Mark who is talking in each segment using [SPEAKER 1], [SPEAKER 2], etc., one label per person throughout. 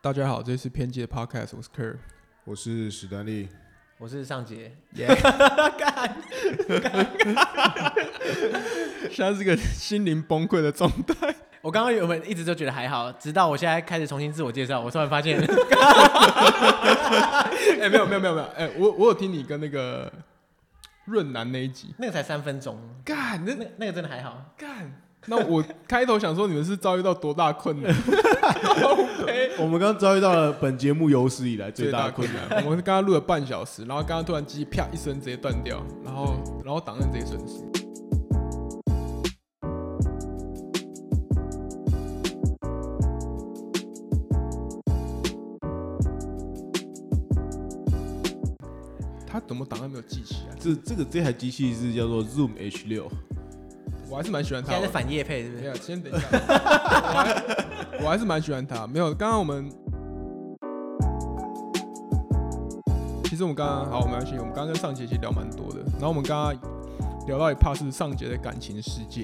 [SPEAKER 1] 大家好，这是偏激的 Podcast，我是 Kerr。
[SPEAKER 2] 我是史丹利，
[SPEAKER 3] 我是尚杰，
[SPEAKER 1] 现在是个心灵崩溃的状态。
[SPEAKER 3] 我刚刚原本一直都觉得还好，直到我现在开始重新自我介绍，我突然 发现
[SPEAKER 1] 哎、没有没有没有没有，哎、我我有听你跟那个润南那一集，
[SPEAKER 3] 那个才三分钟，
[SPEAKER 1] 干那
[SPEAKER 3] 那那个真的还好。
[SPEAKER 1] 干，那我开头想说你们是遭遇到多大困难？
[SPEAKER 2] 我们刚遭遇到了本节目有史以来最大的困难。
[SPEAKER 1] 难，我们刚刚录了半小时，然后刚刚突然机啪一声直接断掉，然后
[SPEAKER 2] 嗯
[SPEAKER 1] 然后档案直接损失。他怎么档案没有记起来？
[SPEAKER 2] 这这个这台机器是叫做 Zoom H 六，
[SPEAKER 1] 我还是蛮喜欢他
[SPEAKER 3] 现在
[SPEAKER 1] 的
[SPEAKER 3] 是。反夜配是不
[SPEAKER 1] 没
[SPEAKER 3] 是？
[SPEAKER 1] 有，先等一下，我还我还是蛮喜欢他。没有，刚刚我们其实我们刚刚好，没关系，我们刚刚跟上杰其实聊蛮多的，然后我们刚刚聊到一 part 是上杰的感情世界。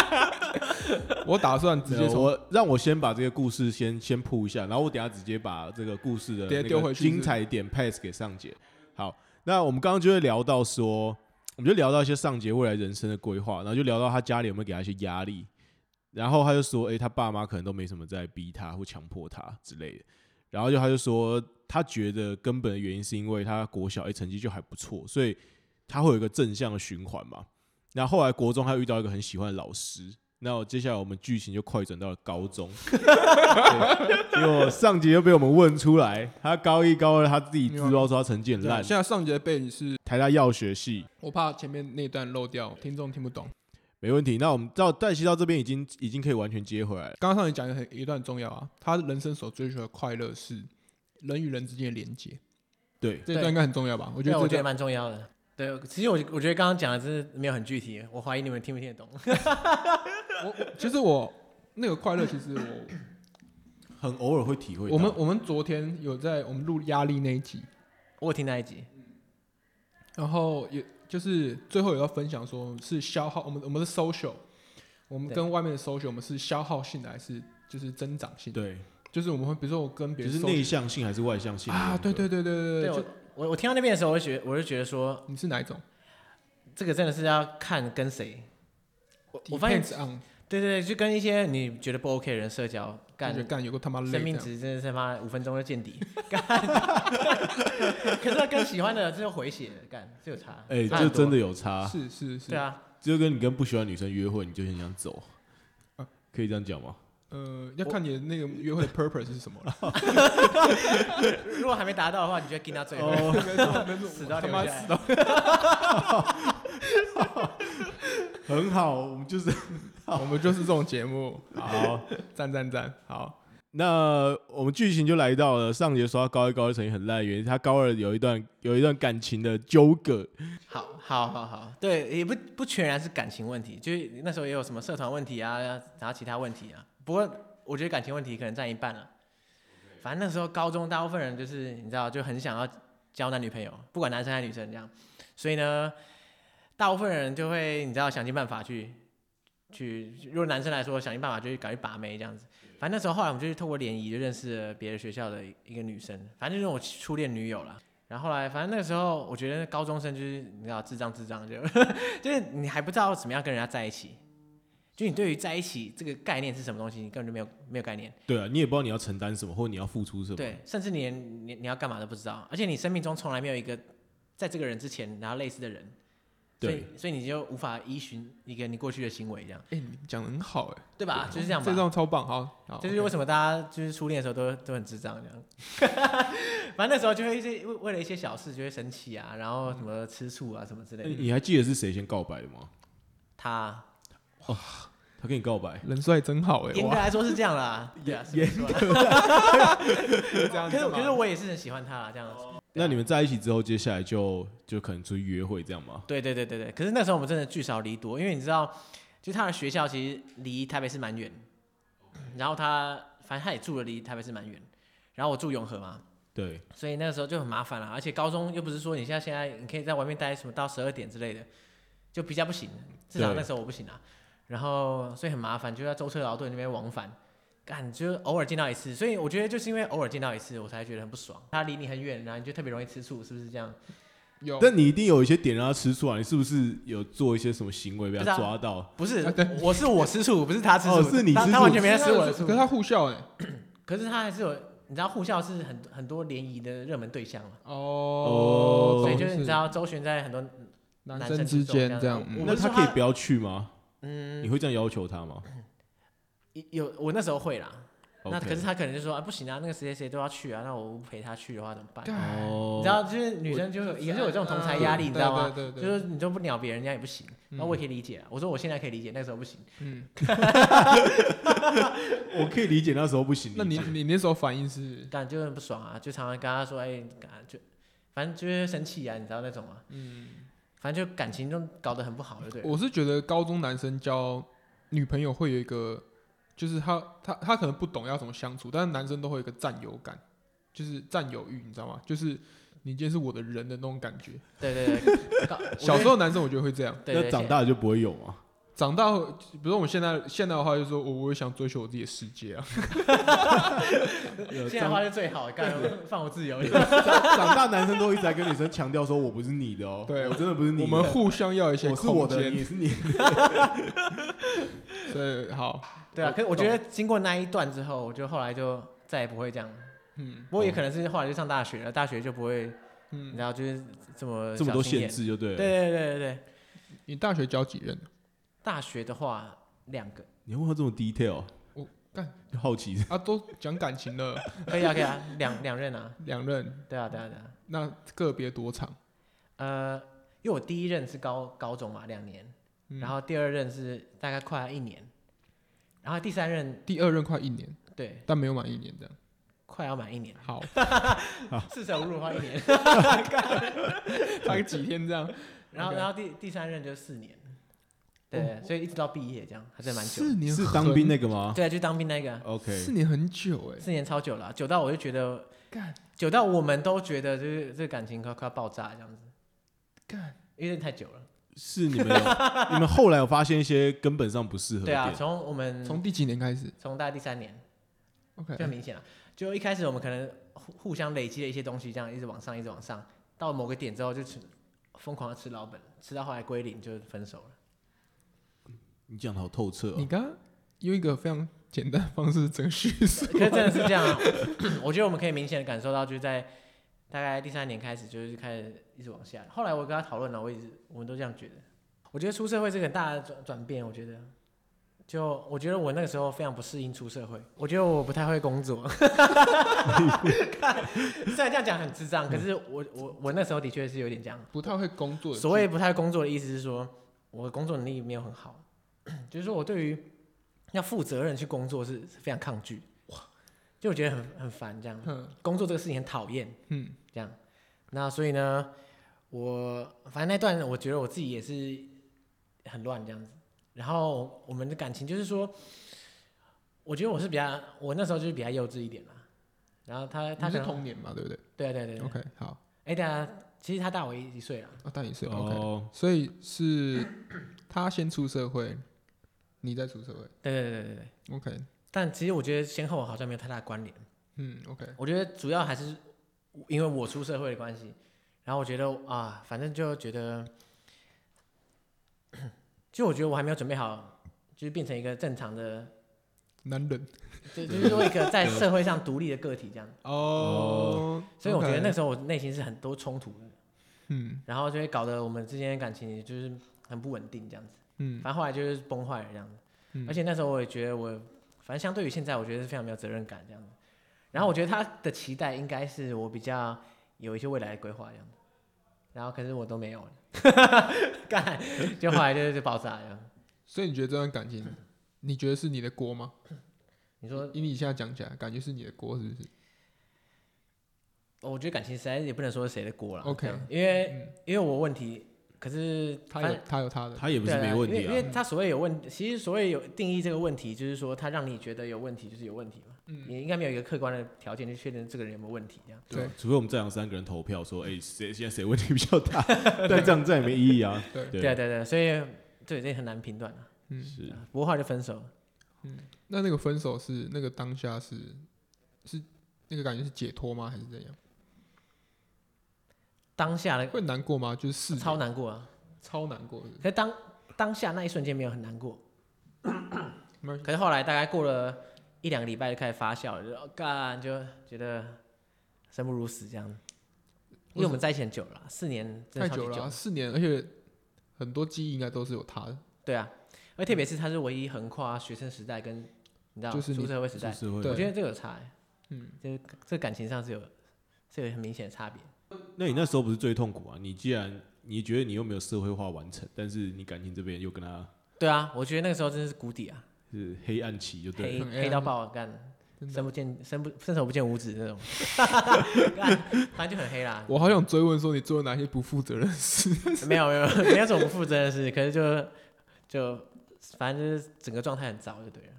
[SPEAKER 1] 我打算直接
[SPEAKER 2] 没有
[SPEAKER 1] 从
[SPEAKER 2] 我让我先把这个故事先先铺一下，然后我等下直接把这个故事的
[SPEAKER 1] 直接
[SPEAKER 2] 那
[SPEAKER 1] 丢回
[SPEAKER 2] 个
[SPEAKER 1] 去是不是
[SPEAKER 2] 精彩点 pass 给上杰。好，那我们刚刚就会聊到说，我们就聊到一些上杰未来人生的规划，然后就聊到他家里有没有给他一些压力，然后他就说，诶，他爸妈可能都没什么在逼他或强迫他之类的，然后就他就说，他觉得根本的原因是因为他国小诶成绩就还不错，所以他会有一个正向的循环嘛。然后后来国中他遇到一个很喜欢的老师，那我接下来我们剧情就快转到了高中， 对结果上集又被我们问出来，他高一高二他自己自曝说他成绩很
[SPEAKER 1] 啊对啊
[SPEAKER 2] 烂，
[SPEAKER 1] 现在上杰的背景是，
[SPEAKER 2] 台大药学系
[SPEAKER 1] 我怕前面那段漏掉，听众听不懂。
[SPEAKER 2] 没问题。那我们到黛西到这边已经已经可以完全接回来了，
[SPEAKER 1] 刚刚上杰讲的很一段很重要啊，他人生所追求的快乐是人与人之间的连接，
[SPEAKER 2] 对，
[SPEAKER 1] 这段应该很重要吧？我觉
[SPEAKER 3] 对，
[SPEAKER 1] 得
[SPEAKER 3] 我
[SPEAKER 1] 这
[SPEAKER 3] 觉得
[SPEAKER 1] 段
[SPEAKER 3] 蛮重要的。对，其实我我觉得刚刚讲的真是没有很具体，我怀疑你们听不听 得懂。
[SPEAKER 1] 我我其实我那个快乐，其实我
[SPEAKER 2] 很偶尔会体会到
[SPEAKER 1] 我们我们昨天有在我们录压力那一集，
[SPEAKER 3] 我有听那一集，
[SPEAKER 1] 然后也就是最后有要分享说是消耗我们我们的 social，我们
[SPEAKER 3] 对
[SPEAKER 1] 跟外面的 social 我们是消耗性的还是就是增长性的？
[SPEAKER 2] 对，
[SPEAKER 1] 就是我们会比如说我跟别
[SPEAKER 2] 就
[SPEAKER 1] 人
[SPEAKER 2] 是
[SPEAKER 1] social-
[SPEAKER 2] 内向性还是外向性
[SPEAKER 1] 啊，对，对对对对
[SPEAKER 3] 对
[SPEAKER 1] 就
[SPEAKER 3] 我我我听到那边的时候，我就觉我就觉得说，
[SPEAKER 1] 你是哪一种？
[SPEAKER 3] 这个真的是要看跟谁。我我发现，
[SPEAKER 1] Depends on
[SPEAKER 3] 对对对，就跟一些你觉得不 OK 的人社交干
[SPEAKER 1] 就觉得干有个他妈累
[SPEAKER 3] 生
[SPEAKER 1] 这
[SPEAKER 3] 命
[SPEAKER 1] 样，
[SPEAKER 3] 值真的是妈五分钟就见底，干！可是他跟喜欢的这就回血了，干，这有差。
[SPEAKER 2] 哎，
[SPEAKER 3] 差很
[SPEAKER 2] 这
[SPEAKER 3] 多
[SPEAKER 2] 真的。有差，
[SPEAKER 1] 是是是
[SPEAKER 3] 对，啊，
[SPEAKER 2] 就跟你跟不喜欢女生约会，你就很想走
[SPEAKER 1] 啊，
[SPEAKER 2] 可以这样讲吗？
[SPEAKER 1] 呃，要看你的那个约会的 purpose 是什么 了。
[SPEAKER 3] 如果还没达到的话，你就跟他最后。
[SPEAKER 2] 哦
[SPEAKER 1] 没错没错
[SPEAKER 3] 死
[SPEAKER 1] 我
[SPEAKER 3] 到
[SPEAKER 1] 他
[SPEAKER 3] 留
[SPEAKER 1] 妈
[SPEAKER 3] 下来
[SPEAKER 1] 死到
[SPEAKER 2] 很好，我们就是
[SPEAKER 1] 我们就是这种节目，
[SPEAKER 2] 好。
[SPEAKER 1] 赞赞赞，好，
[SPEAKER 2] 那我们剧情就来到了上节说他高一高二成绩很烂的原因，他高二有一段有一段感情的纠葛，
[SPEAKER 3] 好，好，好，好，对，也不不全然是感情问题，就是那时候也有什么社团问题啊，然后其他问题啊。不过我觉得感情问题可能占一半了。反正那时候高中大部分人就是你知道，就很想要交男女朋友，不管男生还是女生这样。所以呢，大部分人就会你知道想尽办法去去，如果男生来说想尽办法就去赶去把妹这样子。反正那时候后来我们就是透过联谊就认识了别的学校的一个女生，反正就是我初恋女友了。然后后来，反正那个时候，我觉得高中生就是你知道智障智障，就 就是你还不知道怎么样跟人家在一起，就你对于在一起这个概念是什么东西，你根本就没有没有概念，
[SPEAKER 2] 对啊，你也不知道你要承担什么，或你要付出什么，
[SPEAKER 3] 对，甚至你连你你要干嘛都不知道，而且你生命中从来没有一个在这个人之前然后类似的人，所以
[SPEAKER 2] 对，
[SPEAKER 3] 所以你就无法依循一个你过去的行为这样，
[SPEAKER 1] 哎，你讲的很好哎，
[SPEAKER 3] 对吧？就是这样吧
[SPEAKER 1] 这。段超棒，好，好
[SPEAKER 3] 这就
[SPEAKER 1] OK
[SPEAKER 3] 是为什么大家就是初恋的时候都都很智障这样， 反正那时候就会一些为为了一些小事就会生气啊，然后什么吃醋啊什么之类
[SPEAKER 2] 那
[SPEAKER 3] 的。
[SPEAKER 2] 你还记得是谁先告白的吗？
[SPEAKER 3] 他
[SPEAKER 2] 他跟你告
[SPEAKER 3] 啊
[SPEAKER 2] 白，
[SPEAKER 1] 人帅真好哎、
[SPEAKER 3] 严格
[SPEAKER 1] 哇，
[SPEAKER 3] 来说是这样啦，对啊，是没错啦
[SPEAKER 1] 这样
[SPEAKER 3] 可是
[SPEAKER 1] 子
[SPEAKER 3] 我
[SPEAKER 1] 嘛
[SPEAKER 3] 可是我也是很喜欢他啦，这样子。
[SPEAKER 2] 那你们在一起之后，接下来就就可能出去约会这样吗？
[SPEAKER 3] 对对对对对，可是那时候我们真的聚少离多，因为你知道，就他的学校其实离台北市蛮远，然后他反正他也住的离台北市蛮远，然后我住永和嘛，
[SPEAKER 2] 对，
[SPEAKER 3] 所以那个时候就很麻烦啦。而且高中又不是说你像现在你可以在外面待什么到十二点之类的，就比较不行，至少
[SPEAKER 2] 对
[SPEAKER 3] 那时候我不行啊。然后所以很麻烦，就要舟车劳顿那边往返，感觉偶尔见到一次，所以我觉得就是因为偶尔见到一次，我才觉得很不爽。他离你很远，然后你就特别容易吃醋，是不是这样？
[SPEAKER 1] 有，
[SPEAKER 2] 但你一定有一些点让他吃醋啊！你是不是有做一些什么行为被
[SPEAKER 3] 不是
[SPEAKER 2] 他
[SPEAKER 3] 啊
[SPEAKER 2] 抓到？
[SPEAKER 3] 不是
[SPEAKER 1] 啊对，
[SPEAKER 3] 我是我吃醋，不是他吃醋，
[SPEAKER 2] 哦是你
[SPEAKER 3] 他
[SPEAKER 2] 吃
[SPEAKER 3] 他
[SPEAKER 2] 醋
[SPEAKER 3] 完全没在
[SPEAKER 1] 可
[SPEAKER 3] 吃
[SPEAKER 1] 是
[SPEAKER 3] 我的
[SPEAKER 1] 他
[SPEAKER 3] 醋
[SPEAKER 1] 可。是他互笑哎、
[SPEAKER 3] 可是他还是有，你知道护校是很很多联谊的热门对象嘛，
[SPEAKER 1] 哦，
[SPEAKER 3] 所以就是你
[SPEAKER 1] 是
[SPEAKER 3] 知道周旋在很多
[SPEAKER 1] 男
[SPEAKER 3] 男
[SPEAKER 1] 生
[SPEAKER 3] 生
[SPEAKER 1] 之
[SPEAKER 3] 之
[SPEAKER 1] 间
[SPEAKER 3] 间
[SPEAKER 1] 这样，
[SPEAKER 3] 我
[SPEAKER 1] 嗯
[SPEAKER 3] 们
[SPEAKER 2] 那
[SPEAKER 3] 是
[SPEAKER 2] 他
[SPEAKER 3] 说
[SPEAKER 2] 可以
[SPEAKER 3] 他
[SPEAKER 2] 不要去吗？
[SPEAKER 3] 嗯
[SPEAKER 2] 你会这样要求他吗？
[SPEAKER 3] 有我那时候会啦。那
[SPEAKER 2] OK
[SPEAKER 3] 可是他可能就说啊不行啊，那个谁谁谁都要去啊，那我不陪他去的话怎么办？
[SPEAKER 1] 干
[SPEAKER 2] 哦，
[SPEAKER 3] 你知道，就是女生就有啊也是有这种同才压力，你知道吗？
[SPEAKER 1] 哎对对
[SPEAKER 3] 就
[SPEAKER 1] 对，
[SPEAKER 3] 是你都不鸟别人家也不行，
[SPEAKER 1] 嗯
[SPEAKER 3] 然后我也可以理解啊。我说我现在可以理解，那时候不行。
[SPEAKER 1] 嗯，
[SPEAKER 2] 我可以理解那时候不行。
[SPEAKER 1] 那你你那时候反应是，
[SPEAKER 3] 但就是很不爽啊，就常常跟他说，哎、干就反正就是生气啊，你知道那种啊，
[SPEAKER 1] 嗯，
[SPEAKER 3] 反正就感情中搞得很不好，对不对？
[SPEAKER 1] 我是觉得高中男生交女朋友会有一个，就是他他他可能不懂要怎么相处，但是男生都会有一个占有感，就是占有欲，你知道吗？就是你今天是我的人的那种感觉。
[SPEAKER 3] 对对对，搞
[SPEAKER 1] 小时
[SPEAKER 3] 候
[SPEAKER 1] 候男生我觉得会这样，
[SPEAKER 3] 对
[SPEAKER 2] 那
[SPEAKER 3] 对
[SPEAKER 2] 长大了就不会有啊。
[SPEAKER 1] 长大后，比如说我们现在现在的话，就是说我我也想追求我自己的世界啊。
[SPEAKER 3] 现在的话是最好，干放我自由。
[SPEAKER 2] 长呃 长大男生都一直在跟女生强调说：“我不是你的哦，
[SPEAKER 1] 对
[SPEAKER 2] 我真的不是你的，
[SPEAKER 1] 我们互相要一些
[SPEAKER 2] 我是
[SPEAKER 1] 空
[SPEAKER 2] 我的，
[SPEAKER 1] 间。
[SPEAKER 2] 你是你。
[SPEAKER 1] 对，好，
[SPEAKER 3] 对啊，可是我
[SPEAKER 1] 懂
[SPEAKER 3] 觉得经过那一段之后，我就后来就再也不会这样。
[SPEAKER 1] 嗯
[SPEAKER 3] 不过也可能是后来就上大学了，大学就不会，
[SPEAKER 1] 嗯
[SPEAKER 3] 你知，道，就是这么”
[SPEAKER 2] 这么多
[SPEAKER 3] 小心
[SPEAKER 2] 限
[SPEAKER 3] 眼。
[SPEAKER 2] 制就对
[SPEAKER 3] 对
[SPEAKER 2] 了。
[SPEAKER 3] 对对对对，
[SPEAKER 1] 你大学交几任？
[SPEAKER 3] 大学的话两个
[SPEAKER 2] 你问他这么 detail，
[SPEAKER 1] 我干
[SPEAKER 2] 就好奇。
[SPEAKER 1] 啊，都讲感情了，
[SPEAKER 3] 可以啊可以啊，两两任啊，
[SPEAKER 1] 两任，
[SPEAKER 3] 对啊对啊对啊。
[SPEAKER 1] 那个别多长？
[SPEAKER 3] 呃，因为我第一任是高高中嘛，两年，
[SPEAKER 1] 嗯
[SPEAKER 3] 然后第二任是大概快要一年，然后第三任
[SPEAKER 1] 第二任快一年，
[SPEAKER 3] 对
[SPEAKER 1] 但没有满一年这样。
[SPEAKER 3] 快要满一年，
[SPEAKER 1] 好，
[SPEAKER 2] 啊
[SPEAKER 3] 四舍五入的话一 年，
[SPEAKER 1] 大概几天这样？
[SPEAKER 3] 然后
[SPEAKER 1] OK
[SPEAKER 3] 然后第第三任就四年，对，
[SPEAKER 2] 哦
[SPEAKER 3] 所以一直到毕业这样还是蛮久的。
[SPEAKER 1] 四年
[SPEAKER 2] 是
[SPEAKER 1] 很
[SPEAKER 2] 当兵那个 吗
[SPEAKER 3] 对啊，就当兵那个啊，
[SPEAKER 1] 四
[SPEAKER 2] ？OK，
[SPEAKER 1] 年很久哎、
[SPEAKER 3] 四年超久了啊，久到我就觉得
[SPEAKER 1] 干，
[SPEAKER 3] 久到我们都觉得就是这个感情快快要爆炸这样子，
[SPEAKER 1] 干，
[SPEAKER 3] 因为太久了。
[SPEAKER 2] 是你们有， 你们后来有发现一些根本上不适合的
[SPEAKER 3] 对啊，
[SPEAKER 2] 点。
[SPEAKER 3] 从我们
[SPEAKER 1] 从第几年开始
[SPEAKER 3] 从大概第三年
[SPEAKER 1] ？OK，
[SPEAKER 3] 就很明显了，就一开始我们可能互互相累积了一些东西，这样一直往上，一直往上，到某个点之后就吃疯狂的吃老本，吃到后来归零就分手了。
[SPEAKER 2] 你讲的好透彻哦
[SPEAKER 1] 你。刚刚用一个非常简单的方式整个叙述，
[SPEAKER 3] 可是真的是这样、啊， 我觉得我们可以明显的感受到，就是在大概第三年开始，就是开始一直往下。后来我跟他讨论了，我一直我们都这样觉得。我觉得出社会是个很大的转转变，我觉得。就我觉得我那个时候非常不适应出社会，我觉得我不太会工作。 虽然这样讲很智障，可是我我我那时候的确是有点这样。
[SPEAKER 1] 不太会工作的。
[SPEAKER 3] 所谓不太工作的意思是说，我的工作能力没有很好， 就是说我对于要负责任去工作是是非常抗拒，就我觉得很很烦这样，
[SPEAKER 1] 嗯
[SPEAKER 3] 工作这个事情很讨厌
[SPEAKER 1] 嗯，
[SPEAKER 3] 这样。那所以呢，我反正那段我觉得我自己也是很乱这样子。然后我们的感情就是说，我觉得我是比较，我那时候就是比较幼稚一点啦。然后他他
[SPEAKER 1] 你
[SPEAKER 3] 可
[SPEAKER 1] 是
[SPEAKER 3] 能
[SPEAKER 1] 童年嘛，对不对
[SPEAKER 3] 对啊对对对，
[SPEAKER 1] ？OK，好，
[SPEAKER 3] 哎，大家其实他大我一一岁啦。
[SPEAKER 1] 啊，大你是 OK，
[SPEAKER 2] 哦，
[SPEAKER 1] 所以是他先出社会，你再出社会
[SPEAKER 3] 对对对对对。
[SPEAKER 1] ，OK，
[SPEAKER 3] 但其实我觉得先后好像没有太大的关联。
[SPEAKER 1] 嗯，OK，
[SPEAKER 3] 我觉得主要还是因为我出社会的关系，然后我觉得啊，反正就觉得，就我觉得我还没有准备好，就是变成一个正常的，
[SPEAKER 1] 男人
[SPEAKER 3] 就就是做一个在社会上独立的个体这样。
[SPEAKER 1] 哦，
[SPEAKER 3] 所以我觉得
[SPEAKER 1] OK，
[SPEAKER 3] 那时候我内心是很多冲突的，
[SPEAKER 1] 嗯
[SPEAKER 3] 然后就会搞得我们之间的感情就是很不稳定这样子。
[SPEAKER 1] 嗯
[SPEAKER 3] 反正后来就是崩坏了这样子。
[SPEAKER 1] 嗯
[SPEAKER 3] 而且那时候我也觉得我，反正相对于现在，我觉得是非常没有责任感这样子。然后我觉得他的期待应该是我比较有一些未来的规划这样子，然后可是我都没有了， 干，就后来就就爆炸这样。
[SPEAKER 1] 所以你觉得这段感情，你觉得是你的锅吗？
[SPEAKER 3] 你说，
[SPEAKER 1] 以你现在讲起来，感觉是你的锅是不是？
[SPEAKER 3] 哦我觉得感情实在也不能说是谁的锅了
[SPEAKER 1] OK
[SPEAKER 3] 这样因为
[SPEAKER 1] 嗯，
[SPEAKER 3] 因为我问题，可是
[SPEAKER 1] 他
[SPEAKER 3] 哎反
[SPEAKER 1] 有他有他的，
[SPEAKER 2] 他也不是
[SPEAKER 3] 对
[SPEAKER 2] 没问
[SPEAKER 3] 因
[SPEAKER 2] 题
[SPEAKER 3] 为因
[SPEAKER 2] 啊。
[SPEAKER 3] 为他所谓有问，其实所谓有定义这个问题，就是说他让你觉得有问题，就是有问题嘛。
[SPEAKER 1] 嗯
[SPEAKER 3] 你应该没有一个客观的条件去确定这个人有没有问题这样。
[SPEAKER 1] 对
[SPEAKER 2] 啊除非我们在场三个人投票说，哎，谁现在谁问题比较大？ 但这样这样也没意义啊。
[SPEAKER 1] 对
[SPEAKER 3] 对啊，对啊对啊，所以对这很难评断啊。
[SPEAKER 1] 嗯，
[SPEAKER 2] 是
[SPEAKER 3] 不过后来就分手了，
[SPEAKER 1] 那那个分手是那个当下是是那个感觉是解脱吗？还是怎样？
[SPEAKER 3] 当下的
[SPEAKER 1] 会难过吗？就是是
[SPEAKER 3] 超难过啊，
[SPEAKER 1] 超难过的，
[SPEAKER 3] 可是当当下那一瞬间没有很难过，
[SPEAKER 1] 没关系
[SPEAKER 3] 可是后来大概过了一两个礼拜就开始发酵了，就哦干就觉得生不如死这样。因为我们在一起很久了啊，四年真
[SPEAKER 1] 太
[SPEAKER 3] 的超级
[SPEAKER 1] 久
[SPEAKER 3] 久
[SPEAKER 1] 了啊、四年，而且很多记忆应该都是有他的。
[SPEAKER 3] 对啊，而特别是他是唯一横跨学生时代跟你知道
[SPEAKER 1] 嗯就是你
[SPEAKER 3] 出社会时
[SPEAKER 2] 出
[SPEAKER 3] 代，
[SPEAKER 2] 社会
[SPEAKER 1] 对
[SPEAKER 3] 我觉得这个有差、欸，
[SPEAKER 1] 嗯，
[SPEAKER 3] 就是这感情上是有是有很明显的差别。
[SPEAKER 2] 那你那时候不是最痛苦啊？你既然你觉得你又没有社会化完成，但是你感情这边又跟他
[SPEAKER 3] 对啊，我觉得那个时候真的是谷底啊，
[SPEAKER 2] 是黑暗期，就对了。
[SPEAKER 3] 黑
[SPEAKER 1] 很黑暗
[SPEAKER 3] 黑到爆，干
[SPEAKER 1] 嗯真的
[SPEAKER 3] 深不见深不伸手不见五指那种，干反正就很黑啦。
[SPEAKER 1] 我好想追问说你做了哪些不负责任的事？
[SPEAKER 3] 没有没有，没有什么不负责任的事，可是就就反正就是整个状态很糟就对了。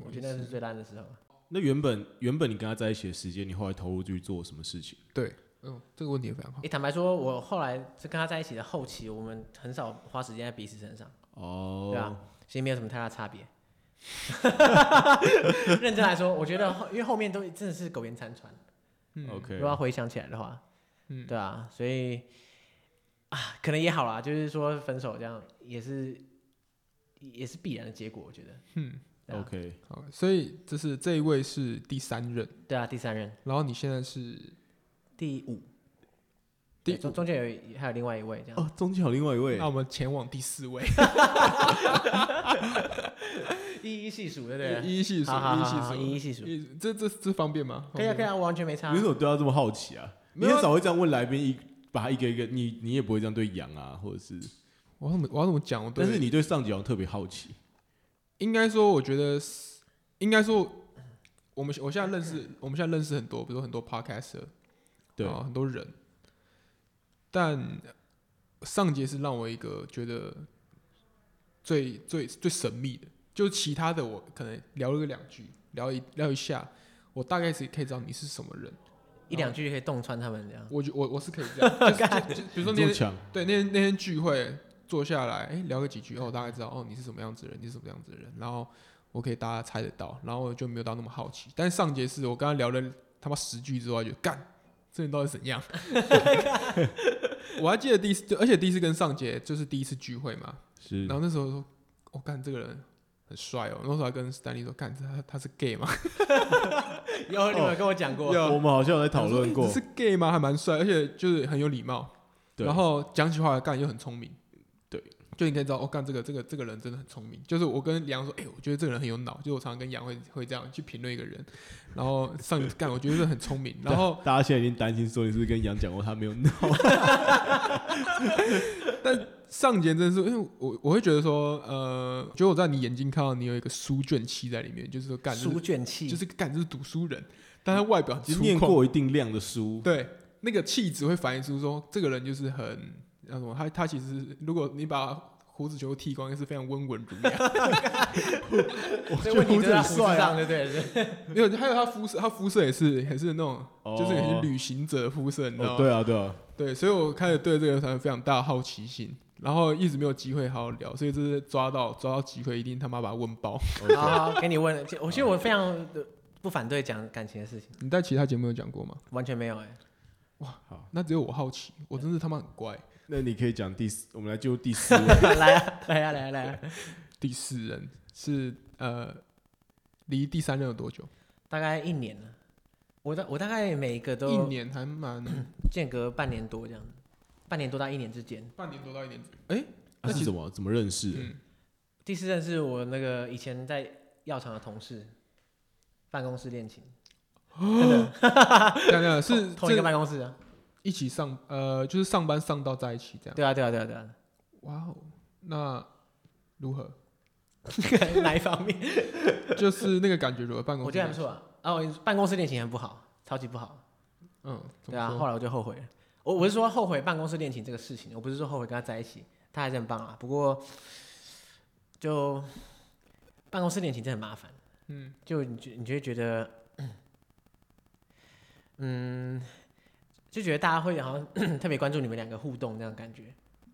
[SPEAKER 3] 我觉得那是最烂的时候。
[SPEAKER 2] 那原本原本你跟他在一起的时间，你后来投入去做什么事情？
[SPEAKER 1] 对，嗯，这个问题也非常好
[SPEAKER 3] 诶，。坦白说，我后来是跟他在一起的后期，我们很少花时间在彼此身上，
[SPEAKER 2] 哦，
[SPEAKER 3] 对啊其实没有什么太大差别。 认真来说，我觉得后因为后面都真的是苟延残喘，
[SPEAKER 1] 嗯
[SPEAKER 2] o k
[SPEAKER 3] 如果要回想起来的话，
[SPEAKER 1] 嗯，
[SPEAKER 3] 对啊，所以啊，可能也好啦，就是说分手这样也是也是必然的结果，我觉得。
[SPEAKER 1] 嗯，
[SPEAKER 3] 对啊
[SPEAKER 2] OK，
[SPEAKER 1] 好，所以这是这一位是第三任，
[SPEAKER 3] 对啊，第三任、
[SPEAKER 1] 然后你现在是
[SPEAKER 3] 第五，
[SPEAKER 1] 第
[SPEAKER 3] 对中
[SPEAKER 1] 五，
[SPEAKER 3] 中间有一还有另外一位这样，
[SPEAKER 2] 哦，中间有另外一位
[SPEAKER 1] 那，我们前往第四位，
[SPEAKER 3] 一一细数，对不 对？
[SPEAKER 1] 一一细数，
[SPEAKER 3] 好好
[SPEAKER 1] 一一
[SPEAKER 3] 好好，
[SPEAKER 1] 细
[SPEAKER 3] 一
[SPEAKER 1] 数
[SPEAKER 3] 一细数，
[SPEAKER 1] 一，这这这方便吗？
[SPEAKER 3] 可以啊，可以
[SPEAKER 1] 以，
[SPEAKER 3] 啊，我完全没差啊
[SPEAKER 2] 你为。什么对他这么好奇啊？你
[SPEAKER 1] 没有啊
[SPEAKER 2] 很少会这样问来宾一把他一个一个，你你也不会这样对羊啊，或者是，
[SPEAKER 1] 我要怎么我要怎么讲？我对
[SPEAKER 2] 但是你对上级好像特别好奇。
[SPEAKER 1] 应该说，我觉得是应该说，我们我现在认识，我们现在认识很多，比如说很多 podcaster，
[SPEAKER 2] 对，
[SPEAKER 1] 啊很多人。但上节是让我一个觉得最最最神秘的，就是其他的我可能聊了个两句，聊一聊一下，我大概是可以知道你是什么人。
[SPEAKER 3] 一两句就可以洞穿他们这样。
[SPEAKER 1] 我觉我我是可以这样，就是就就比如说那
[SPEAKER 2] 这么
[SPEAKER 1] 天
[SPEAKER 2] 强，
[SPEAKER 1] 对，那天那天聚会坐下来，哎、聊个几句，哦，大概知道哦，你是什么样子的人，你是什么样子的人，然后我可以大家猜得到，然后我就没有到那么好奇。但是上节是我跟他聊了他妈十句之后，他就干，这人到底怎样？ 我还记得第一次，就而且第一次跟上节就是第一次聚会嘛，
[SPEAKER 2] 是
[SPEAKER 1] 然后那时候说，我、哦、干这个人很帅哦，那时候还跟 Stanley 说，干这他他是 gay 吗？
[SPEAKER 3] 有你们
[SPEAKER 1] 哦
[SPEAKER 3] 有跟我讲过，
[SPEAKER 2] 我们好像有在讨论过
[SPEAKER 1] 我说，是 gay 吗？还蛮帅，而且就是很有礼貌，
[SPEAKER 2] 对
[SPEAKER 1] 然后讲起话来干又很聪明，
[SPEAKER 2] 对，
[SPEAKER 1] 就你可以知道，哦，干这个这个这个人真的很聪明。就是我跟杨说，哎、我觉得这个人很有脑，就是我常常跟杨会会这样去评论一个人，然后上去干，我觉得这很聪 明。然后，
[SPEAKER 2] 大家现在已经担心说你是不是跟羊讲过他没有闹，
[SPEAKER 1] 但上节真的是，因为我我会觉得说，呃，觉得我在你眼睛看到你有一个书卷气在里面，就是说干，就是
[SPEAKER 3] 书卷气，
[SPEAKER 1] 就是干，就是读书人，但他外表
[SPEAKER 3] 啊
[SPEAKER 1] 很
[SPEAKER 2] 只
[SPEAKER 1] 粗
[SPEAKER 2] 念
[SPEAKER 1] 犷
[SPEAKER 2] 过一定量的 书，
[SPEAKER 1] 对，那个气质会反映出说这个人就是很那什么，他他其实如果你把胡子全部剃光，应该是非常温文儒雅。
[SPEAKER 3] 所以问题就在胡子
[SPEAKER 2] 帅啊
[SPEAKER 3] 上，对不 对？
[SPEAKER 1] 没有，还有他肤色，他肤色也是也是那种，
[SPEAKER 2] 哦
[SPEAKER 1] 就是很旅行者的肤色，你知道
[SPEAKER 2] 哦，
[SPEAKER 1] 吗？
[SPEAKER 2] 对啊，对啊，
[SPEAKER 1] 对，所以我开始对这个产生非常大的好奇心，然后一直没有机会好好聊，所以这是抓到抓到机会，一定他妈把他问爆。
[SPEAKER 3] 好
[SPEAKER 2] 哦
[SPEAKER 3] 好，给你问了，我其实我非常呃不反对讲感情的事情，
[SPEAKER 1] 你在其他节目有讲过吗？
[SPEAKER 3] 完全没有哎。
[SPEAKER 1] 那只有我好奇，我真是他妈很乖。
[SPEAKER 2] 那你可以讲第四，我们来就第 四位
[SPEAKER 3] 来啊，来啊，来啊，来啊！
[SPEAKER 1] 第四人是呃，离第三任有多久？
[SPEAKER 3] 大概一年了，我大我大概每一个
[SPEAKER 1] 一
[SPEAKER 3] 都
[SPEAKER 1] 年还蛮
[SPEAKER 3] 间隔半年多这样，半年多到一年之间。
[SPEAKER 1] 半年多到一年，哎、那
[SPEAKER 2] 啊
[SPEAKER 1] 其
[SPEAKER 2] 是
[SPEAKER 1] 实
[SPEAKER 2] 怎么怎么认识的？
[SPEAKER 1] 嗯，
[SPEAKER 3] 第四任是我那个以前在药厂的同事，办公室恋情，
[SPEAKER 1] 这样这样是
[SPEAKER 3] 同一个
[SPEAKER 1] 这
[SPEAKER 3] 办公室啊。
[SPEAKER 1] 一起上呃，就是上班上到在一起这样。
[SPEAKER 3] 对啊，对啊，对啊，对啊。
[SPEAKER 1] 哇哦，那如何？
[SPEAKER 3] 哪一方面？
[SPEAKER 1] 就是那个感觉如何？办公
[SPEAKER 3] 啊我
[SPEAKER 1] 室
[SPEAKER 3] 觉得还不错啊。啊，我办公室恋情很不好，超级不好。
[SPEAKER 1] 嗯，怎
[SPEAKER 3] 对
[SPEAKER 1] 么
[SPEAKER 3] 啊，后
[SPEAKER 1] 说？
[SPEAKER 3] 来我就后悔了。我我是说后悔办公室恋情这个事情，我不是说后悔跟他在一起，他还是很棒啊。不过就办公室恋情真的很麻烦，
[SPEAKER 1] 嗯，
[SPEAKER 3] 就你觉你就会觉得，嗯，就觉得大家会好像 特别关注你们两个互动这样的感觉。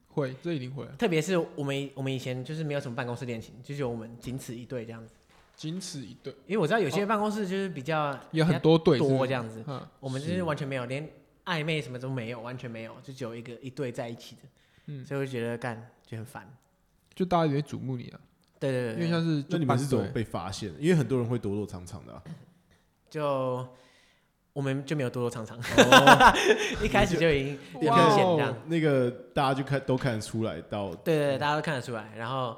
[SPEAKER 1] 会，这一定会啊。
[SPEAKER 3] 特别是我们以我们以前就是没有什么办公室恋情，就觉得我们仅此一对这样子。
[SPEAKER 1] 仅此一对，
[SPEAKER 3] 因为我知道有些办公室就是比较
[SPEAKER 1] 也很多对，
[SPEAKER 3] 比较
[SPEAKER 1] 是不
[SPEAKER 3] 多
[SPEAKER 1] 是
[SPEAKER 3] 这样子，
[SPEAKER 1] 嗯
[SPEAKER 3] 我们就是完全没有，连暧昧什么都没有，完全没有，就只有一个一对在一起的，
[SPEAKER 1] 嗯，
[SPEAKER 3] 所以我就觉得干就很烦。
[SPEAKER 1] 就大家也会瞩目你啊，
[SPEAKER 3] 对对对
[SPEAKER 1] 因
[SPEAKER 3] 对，
[SPEAKER 1] 为像是就
[SPEAKER 2] 那你们
[SPEAKER 1] 班
[SPEAKER 2] 是怎么
[SPEAKER 1] 对
[SPEAKER 2] 被发现的？因为很多人会躲躲藏藏的啊、
[SPEAKER 3] 就我们就没有多多藏藏，
[SPEAKER 2] 哦，
[SPEAKER 3] 一开始就已经很
[SPEAKER 2] 也
[SPEAKER 3] 明
[SPEAKER 2] 看
[SPEAKER 3] 显这
[SPEAKER 1] 哦
[SPEAKER 3] 样。
[SPEAKER 2] 哦那个大家就看都看得出来到
[SPEAKER 3] 对对对，大家都看得出来，然后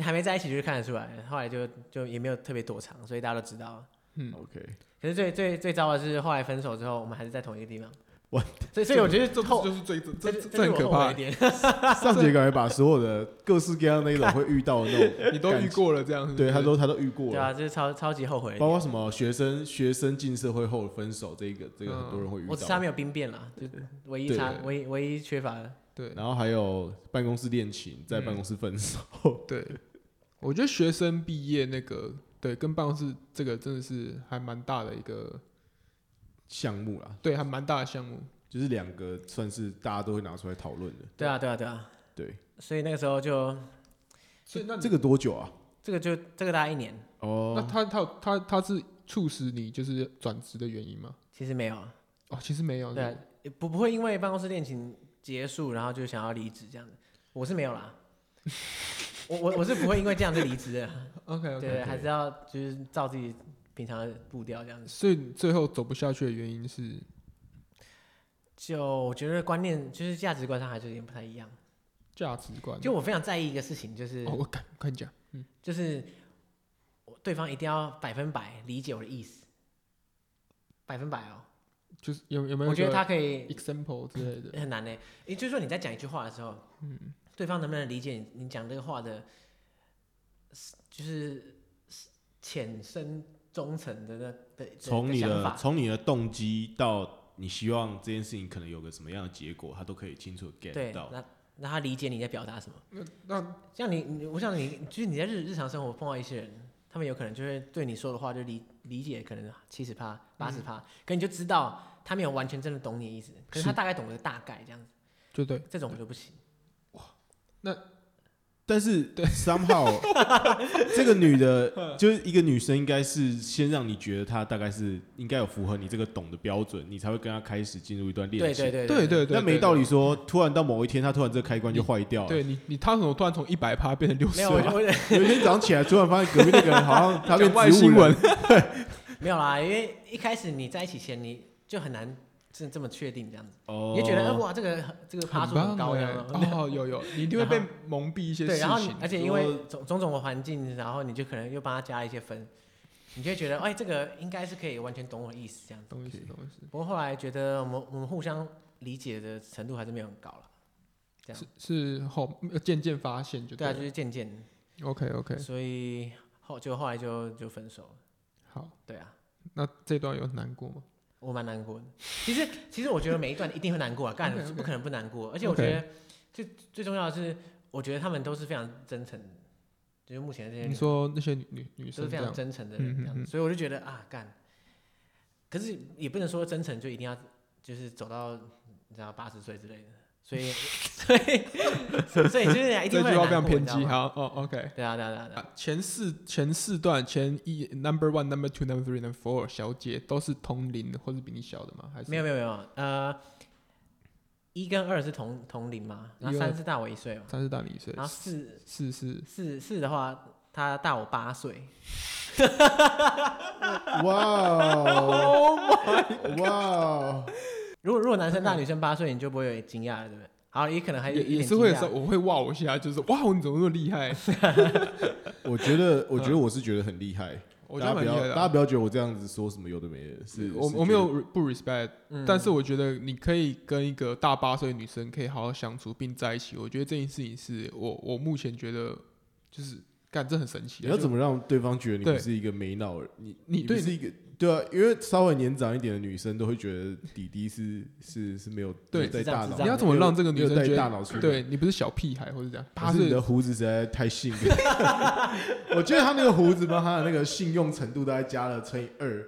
[SPEAKER 3] 还没在一起就是看得出来，后来就就也没有特别躲藏，所以大家都知道。
[SPEAKER 1] 嗯，
[SPEAKER 2] OK，
[SPEAKER 3] 可是最最最糟的是后来分手之后，我们还是在同一个地方。
[SPEAKER 2] 完
[SPEAKER 3] 所以所以我觉得
[SPEAKER 1] 这
[SPEAKER 3] 后
[SPEAKER 1] 不就是最这
[SPEAKER 3] 这
[SPEAKER 1] 这
[SPEAKER 3] 这
[SPEAKER 1] 这很
[SPEAKER 3] 是
[SPEAKER 1] 可
[SPEAKER 3] 我后悔
[SPEAKER 1] 怕
[SPEAKER 3] 一，点。
[SPEAKER 2] 上节感觉把所有的各式各样那一种会遇到的那种，
[SPEAKER 1] 你都遇，过了这样是不是，
[SPEAKER 2] 对他都他都遇过
[SPEAKER 3] 对
[SPEAKER 2] 了，
[SPEAKER 3] 啊，这是超超级后悔的
[SPEAKER 2] 包括什么学生学生进社会后分手这一个，这个
[SPEAKER 1] 嗯
[SPEAKER 2] 很多人会遇
[SPEAKER 3] 我只差
[SPEAKER 2] 到，
[SPEAKER 3] 没有兵变了，就唯一
[SPEAKER 2] 对
[SPEAKER 3] 差
[SPEAKER 1] 对
[SPEAKER 3] 唯一唯一缺乏的。
[SPEAKER 1] 对
[SPEAKER 2] 然后还有办公室恋情，在办公室分手，
[SPEAKER 1] 对，我觉得学生毕业那个对跟办公室这个真的是还蛮大的一个，
[SPEAKER 2] 项目啦，
[SPEAKER 1] 对，还蛮大的项目，
[SPEAKER 2] 就是两个算是大家都会拿出来讨论的。
[SPEAKER 3] 对啊对啊对啊，
[SPEAKER 2] 对，
[SPEAKER 3] 所以那个时候就
[SPEAKER 1] 所以那你
[SPEAKER 2] 这个多久啊？
[SPEAKER 3] 这个就这个大概一年，
[SPEAKER 1] 那
[SPEAKER 2] 哦，
[SPEAKER 1] 他他有他他是促使你就是转职的原因吗？
[SPEAKER 3] 其实没有啊，
[SPEAKER 1] 哦，其实没有，
[SPEAKER 3] 对啊，不不会因为办公室恋情结束，然后就想要离职这样子，我是没有啦。我我我是不会因为这样就离职的，
[SPEAKER 1] ，OK
[SPEAKER 3] 对
[SPEAKER 1] OK，
[SPEAKER 3] 对，还是要就是照自己平常的步调这样子。
[SPEAKER 1] 所以你最后走不下去的原因是，
[SPEAKER 3] 就我觉得观念就是价值观上还是有点不太一样。
[SPEAKER 1] 价值观。
[SPEAKER 3] 就我非常在意一个事情，就是
[SPEAKER 1] 嗯哦，我看我看你讲，嗯，
[SPEAKER 3] 就是我对方一定要百分百理解我的意思，百分百哦。
[SPEAKER 1] 就是有有没有？
[SPEAKER 3] 我觉得他可以
[SPEAKER 1] example 之类 的，
[SPEAKER 3] 很难呢，也就是说你在讲一句话的时候，
[SPEAKER 1] 嗯，
[SPEAKER 3] 对方能不能理解你你讲这个话的，就是浅深中层的那的的
[SPEAKER 2] 从你
[SPEAKER 3] 想
[SPEAKER 2] 的
[SPEAKER 3] 法，
[SPEAKER 2] 从你的动机到你希望这件事情可能有个什么样的结果，他都可以清楚地
[SPEAKER 3] 对，
[SPEAKER 2] get 到。
[SPEAKER 3] 那那他理解你在表达什么。
[SPEAKER 1] 那那
[SPEAKER 3] 像你，你我想你，就是你在日日常生活碰到一些人，他们有可能就会对你说的话就理理解可能七十趴、八
[SPEAKER 1] 嗯
[SPEAKER 3] 十趴，可你就知道他没有完全真的懂你的意思，可是他
[SPEAKER 1] 是
[SPEAKER 3] 大概懂个大概这样子，
[SPEAKER 1] 就对，
[SPEAKER 3] 这种我就不行。
[SPEAKER 2] 但是 somehow 这个女的，就是一个女生，应该是先让你觉得她大概是应该有符合你这个懂的标准，你才会跟她开始进入一段
[SPEAKER 3] 对
[SPEAKER 2] 恋情。
[SPEAKER 3] 对对
[SPEAKER 1] 对对对，
[SPEAKER 2] 但没
[SPEAKER 1] 对
[SPEAKER 2] 道理，说，突然到某一天，她突然这个开关就坏掉了。
[SPEAKER 1] 对你你他怎么突然从一百趴变成六
[SPEAKER 3] 没
[SPEAKER 1] 十
[SPEAKER 3] 有，我
[SPEAKER 1] 趴？
[SPEAKER 3] 我
[SPEAKER 2] 有一天早上起来，突然发现隔壁那个人好像他变
[SPEAKER 1] 讲外
[SPEAKER 2] 植物
[SPEAKER 1] 新
[SPEAKER 2] 人
[SPEAKER 1] 闻，
[SPEAKER 3] 没有啦，因为一开始你在一起前你就很难这这么确定这样子，
[SPEAKER 2] 哦
[SPEAKER 3] 你就觉得、呃哇这个这个趴数很
[SPEAKER 1] 很
[SPEAKER 3] 高
[SPEAKER 1] 棒
[SPEAKER 3] 这
[SPEAKER 1] 哎
[SPEAKER 3] 样子，
[SPEAKER 1] 哦，有有，你一定会被蒙蔽一些
[SPEAKER 3] 对，
[SPEAKER 1] 事
[SPEAKER 3] 然后你哎
[SPEAKER 1] 情，
[SPEAKER 3] 而且
[SPEAKER 2] 比
[SPEAKER 3] 因
[SPEAKER 2] 如
[SPEAKER 3] 为
[SPEAKER 2] 说
[SPEAKER 3] 种种种的环境，然后你就可能又帮他加了一些分，你就会觉得哎这个应该是可以完全懂我的意思这样子。
[SPEAKER 1] 懂意思懂意思。
[SPEAKER 3] 不过后来觉得我们我们互相理解的程度还是没有很高了，这样
[SPEAKER 1] 是是后呃渐渐发现就
[SPEAKER 3] 对啊，就
[SPEAKER 1] 了
[SPEAKER 3] 是渐渐，
[SPEAKER 1] OK OK
[SPEAKER 3] 所以后就后来就就分手了，
[SPEAKER 1] 好，
[SPEAKER 3] 对啊，
[SPEAKER 1] 那这段有难过吗？
[SPEAKER 3] 我蛮难过的。其实其实我觉得每一段一定会难过啊，干
[SPEAKER 1] OK，OK
[SPEAKER 3] 不可能不难过，而且我觉得最最重要的是，我觉得他们都是非常真诚的，就是目前的这些
[SPEAKER 1] 你
[SPEAKER 3] 女
[SPEAKER 1] 说那些女女女
[SPEAKER 3] 都
[SPEAKER 1] 生这
[SPEAKER 3] 是非常
[SPEAKER 1] 样，
[SPEAKER 3] 真诚的
[SPEAKER 1] 嗯
[SPEAKER 3] 人
[SPEAKER 1] 嗯
[SPEAKER 3] 这样子，
[SPEAKER 1] 嗯
[SPEAKER 3] 所以我就觉得啊干，可是也不能说真诚就一定要就是走到你知道八十岁之类的，所 以所以所以就是一
[SPEAKER 1] 这
[SPEAKER 3] 定会
[SPEAKER 1] 句
[SPEAKER 3] 很
[SPEAKER 1] 话非常
[SPEAKER 3] 难过
[SPEAKER 1] 偏
[SPEAKER 3] 你知道
[SPEAKER 1] 激。
[SPEAKER 3] 吗
[SPEAKER 1] 好，哦，OK。
[SPEAKER 3] 对啊对啊对啊对啊，
[SPEAKER 1] 啊前四前四段前一 number one number two number three number four 小姐都是同龄的或是比你小的吗？还是
[SPEAKER 3] 没有没有没有，呃，一跟二是同同龄嘛，然后
[SPEAKER 1] 一二
[SPEAKER 3] 三是大我一岁嘛，
[SPEAKER 1] 三是大你一岁，
[SPEAKER 3] 然后四
[SPEAKER 1] 是是
[SPEAKER 3] 四四的话他大我八岁，
[SPEAKER 2] 哇
[SPEAKER 1] Oh
[SPEAKER 2] 哦，哇哦，
[SPEAKER 3] 如果如果男生大女生八岁，你就不会有惊讶了，对不对？好，也可能还有
[SPEAKER 1] 嗯也
[SPEAKER 3] 一点
[SPEAKER 1] 也是
[SPEAKER 3] 惊
[SPEAKER 1] 会有
[SPEAKER 3] 讶
[SPEAKER 1] 时候我会哇我一下，就是哇你怎么那么厉 害？
[SPEAKER 2] 我觉得，我觉得我是觉得很厉害。
[SPEAKER 1] 我觉
[SPEAKER 2] 大
[SPEAKER 1] 得
[SPEAKER 2] 家
[SPEAKER 1] 蛮
[SPEAKER 2] 不
[SPEAKER 1] 厉
[SPEAKER 2] 要
[SPEAKER 1] 害，的
[SPEAKER 2] 大家
[SPEAKER 1] 啊。
[SPEAKER 2] 不要觉得我这样子说什么有的没的，是
[SPEAKER 1] 我
[SPEAKER 2] 是
[SPEAKER 1] 我没
[SPEAKER 2] 觉
[SPEAKER 1] 有不 respect，
[SPEAKER 3] 嗯
[SPEAKER 1] 但是我觉得你可以跟一个大八岁的女生可以好好相处并在一起，我觉得这件事情是我我目前觉得就是干这很神奇啊的。
[SPEAKER 2] 得你要怎
[SPEAKER 1] 么
[SPEAKER 2] 么让对方觉得你
[SPEAKER 1] 对
[SPEAKER 2] 不是一个没脑人，你
[SPEAKER 1] 你
[SPEAKER 2] 不
[SPEAKER 1] 对
[SPEAKER 2] 是一个对啊，因为稍微年长一点的女生都会觉得弟弟是是是没有
[SPEAKER 1] 对
[SPEAKER 2] 没有带
[SPEAKER 3] 智障
[SPEAKER 2] 大
[SPEAKER 3] 智
[SPEAKER 2] 脑，
[SPEAKER 3] 障
[SPEAKER 1] 你要怎么让这个女生
[SPEAKER 2] 没有
[SPEAKER 1] 觉
[SPEAKER 2] 带大
[SPEAKER 1] 得
[SPEAKER 2] 脑出门？
[SPEAKER 1] 对你不是小屁孩或者这样？八
[SPEAKER 2] 可是你
[SPEAKER 1] 岁
[SPEAKER 2] 的胡子实在太性感， 我觉得他那个胡子帮他的那个信用程度大概加了乘以二。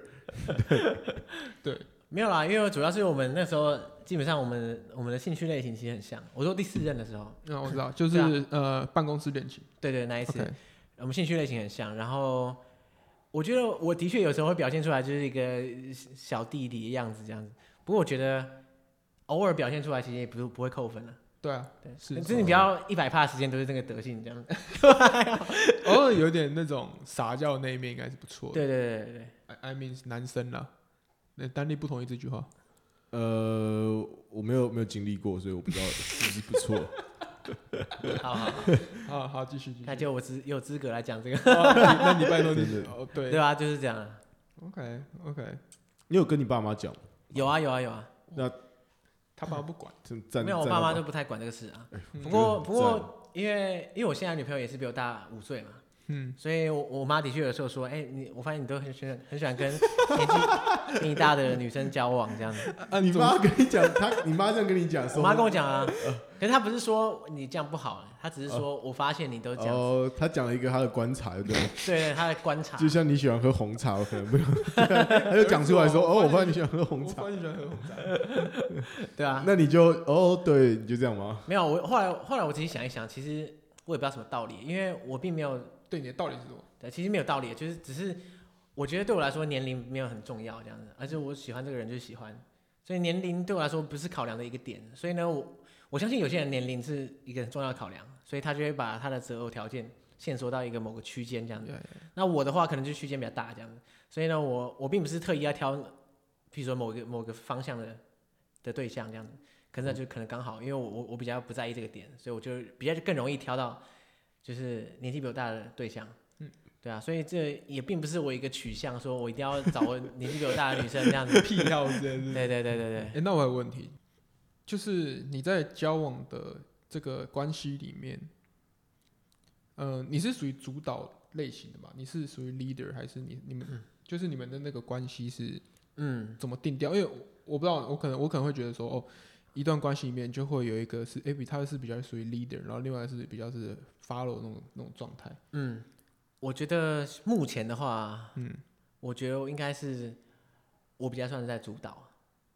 [SPEAKER 1] 对
[SPEAKER 3] 没有啦，因为主要是我们那时候基本上我们我们的兴趣类型其实很像。我说第四任的时候，
[SPEAKER 1] 哦那我知道，就是、
[SPEAKER 3] 对啊
[SPEAKER 1] 呃，办公室恋情。
[SPEAKER 3] 对对，那一次
[SPEAKER 1] OK，
[SPEAKER 3] 我们兴趣类型很像，然后我觉得我的确有时候会表现出来就是一个小弟弟的样子这样子，不过我觉得偶尔表现出来其实也不是不会扣分了、
[SPEAKER 1] 对啊，
[SPEAKER 3] 对，
[SPEAKER 1] 是
[SPEAKER 3] 就是你不要一百趴时间都是这个德性这样子。
[SPEAKER 1] 偶尔有点那种撒娇的那一面应该是不错的。
[SPEAKER 3] 对对对对对，
[SPEAKER 1] I I mean 男生啦，那丹力不同意这句 话。
[SPEAKER 2] 呃，我没有没有经历过，所以我不知道是不是不 错。
[SPEAKER 3] 好好，好
[SPEAKER 1] 好啊好，继续继续。
[SPEAKER 3] 那就我资有资格来讲这个，
[SPEAKER 1] 哦那你那你拜托你
[SPEAKER 2] 真的
[SPEAKER 1] 哦，
[SPEAKER 3] 对
[SPEAKER 1] 对
[SPEAKER 3] 吧、就是这样啊。
[SPEAKER 1] ，OK OK，
[SPEAKER 2] 你有跟你爸妈讲吗？
[SPEAKER 3] 有啊有啊有啊，
[SPEAKER 1] 他爸不 管，
[SPEAKER 2] 真赞？
[SPEAKER 3] 没有，我
[SPEAKER 2] 赞
[SPEAKER 3] 爸
[SPEAKER 2] 到
[SPEAKER 3] 妈
[SPEAKER 2] 爆
[SPEAKER 3] 都不太管这个事啊。
[SPEAKER 1] 嗯
[SPEAKER 3] 不过不
[SPEAKER 2] 我觉得哎很
[SPEAKER 3] 过，因为因为我现在女朋友也是比我大五岁嘛，
[SPEAKER 1] 嗯，
[SPEAKER 3] 所以我我妈的确有时候说，哎、你我发现你都很喜欢很喜欢跟年纪比你大的女生交往这样子。
[SPEAKER 2] 啊！你妈跟你讲，她 你妈这样跟你讲，
[SPEAKER 3] 我妈跟我讲啊，可是她不是说你这样不好，她只是说我发现你都这样子，
[SPEAKER 2] 哦，她讲了一个她的观察，对不 对？
[SPEAKER 3] 对她在观察
[SPEAKER 2] 就。像你喜欢喝红茶，我可能 不用，她就讲出来说，哦，我发现你喜欢喝红
[SPEAKER 1] 我
[SPEAKER 2] 茶，
[SPEAKER 1] 发现喜欢喝红茶。
[SPEAKER 3] 对啊，
[SPEAKER 2] 那你就哦，对，你就这样吗？
[SPEAKER 3] 没有我后来后来我自己想一想，其实我也不知道什么道理，因为我并没有
[SPEAKER 1] 对，你的道理是什 么？
[SPEAKER 3] 对，其实没有道理，就是只是我觉得对我来说年龄没有很重要这样子，而且我喜欢这个人就喜欢，所以年龄对我来说不是考量的一个点。所以呢，我我相信有些人年龄是一个很重要的考量，所以他就会把他的择偶条件限缩到一个某个区间这样子。那我的话可能就区间比较大这样子，所以呢，我我并不是特意要挑，比如说某个某个方向的的对象这样子，可是那就可能刚好，因为我我我比较不在意这个点，所以我就比较更容易挑到就是年纪比我大的对象。对啊，所以这也并不是我一个取向，说我一定要找我年纪比我大的女生这样子。
[SPEAKER 1] 屁料之类的。
[SPEAKER 3] 对对对对对，
[SPEAKER 1] 哎，那我有个问题，就是你在交往的这个关系里面，呃，你是属于主导类型的嘛？你是属于 leader 还是你你
[SPEAKER 2] 嗯
[SPEAKER 1] 们就是你们的那个关系是
[SPEAKER 3] 嗯，
[SPEAKER 1] 怎么定调？因为我我不知道，我可能我可能会觉得说，哦，一段关系里面就会有一个是，哎，比他是比较属于 leader，然后另外是比较是 follow 那种那种状态。
[SPEAKER 3] 嗯，我觉得目前的话，嗯，我觉得我应该是我比较算是在主导，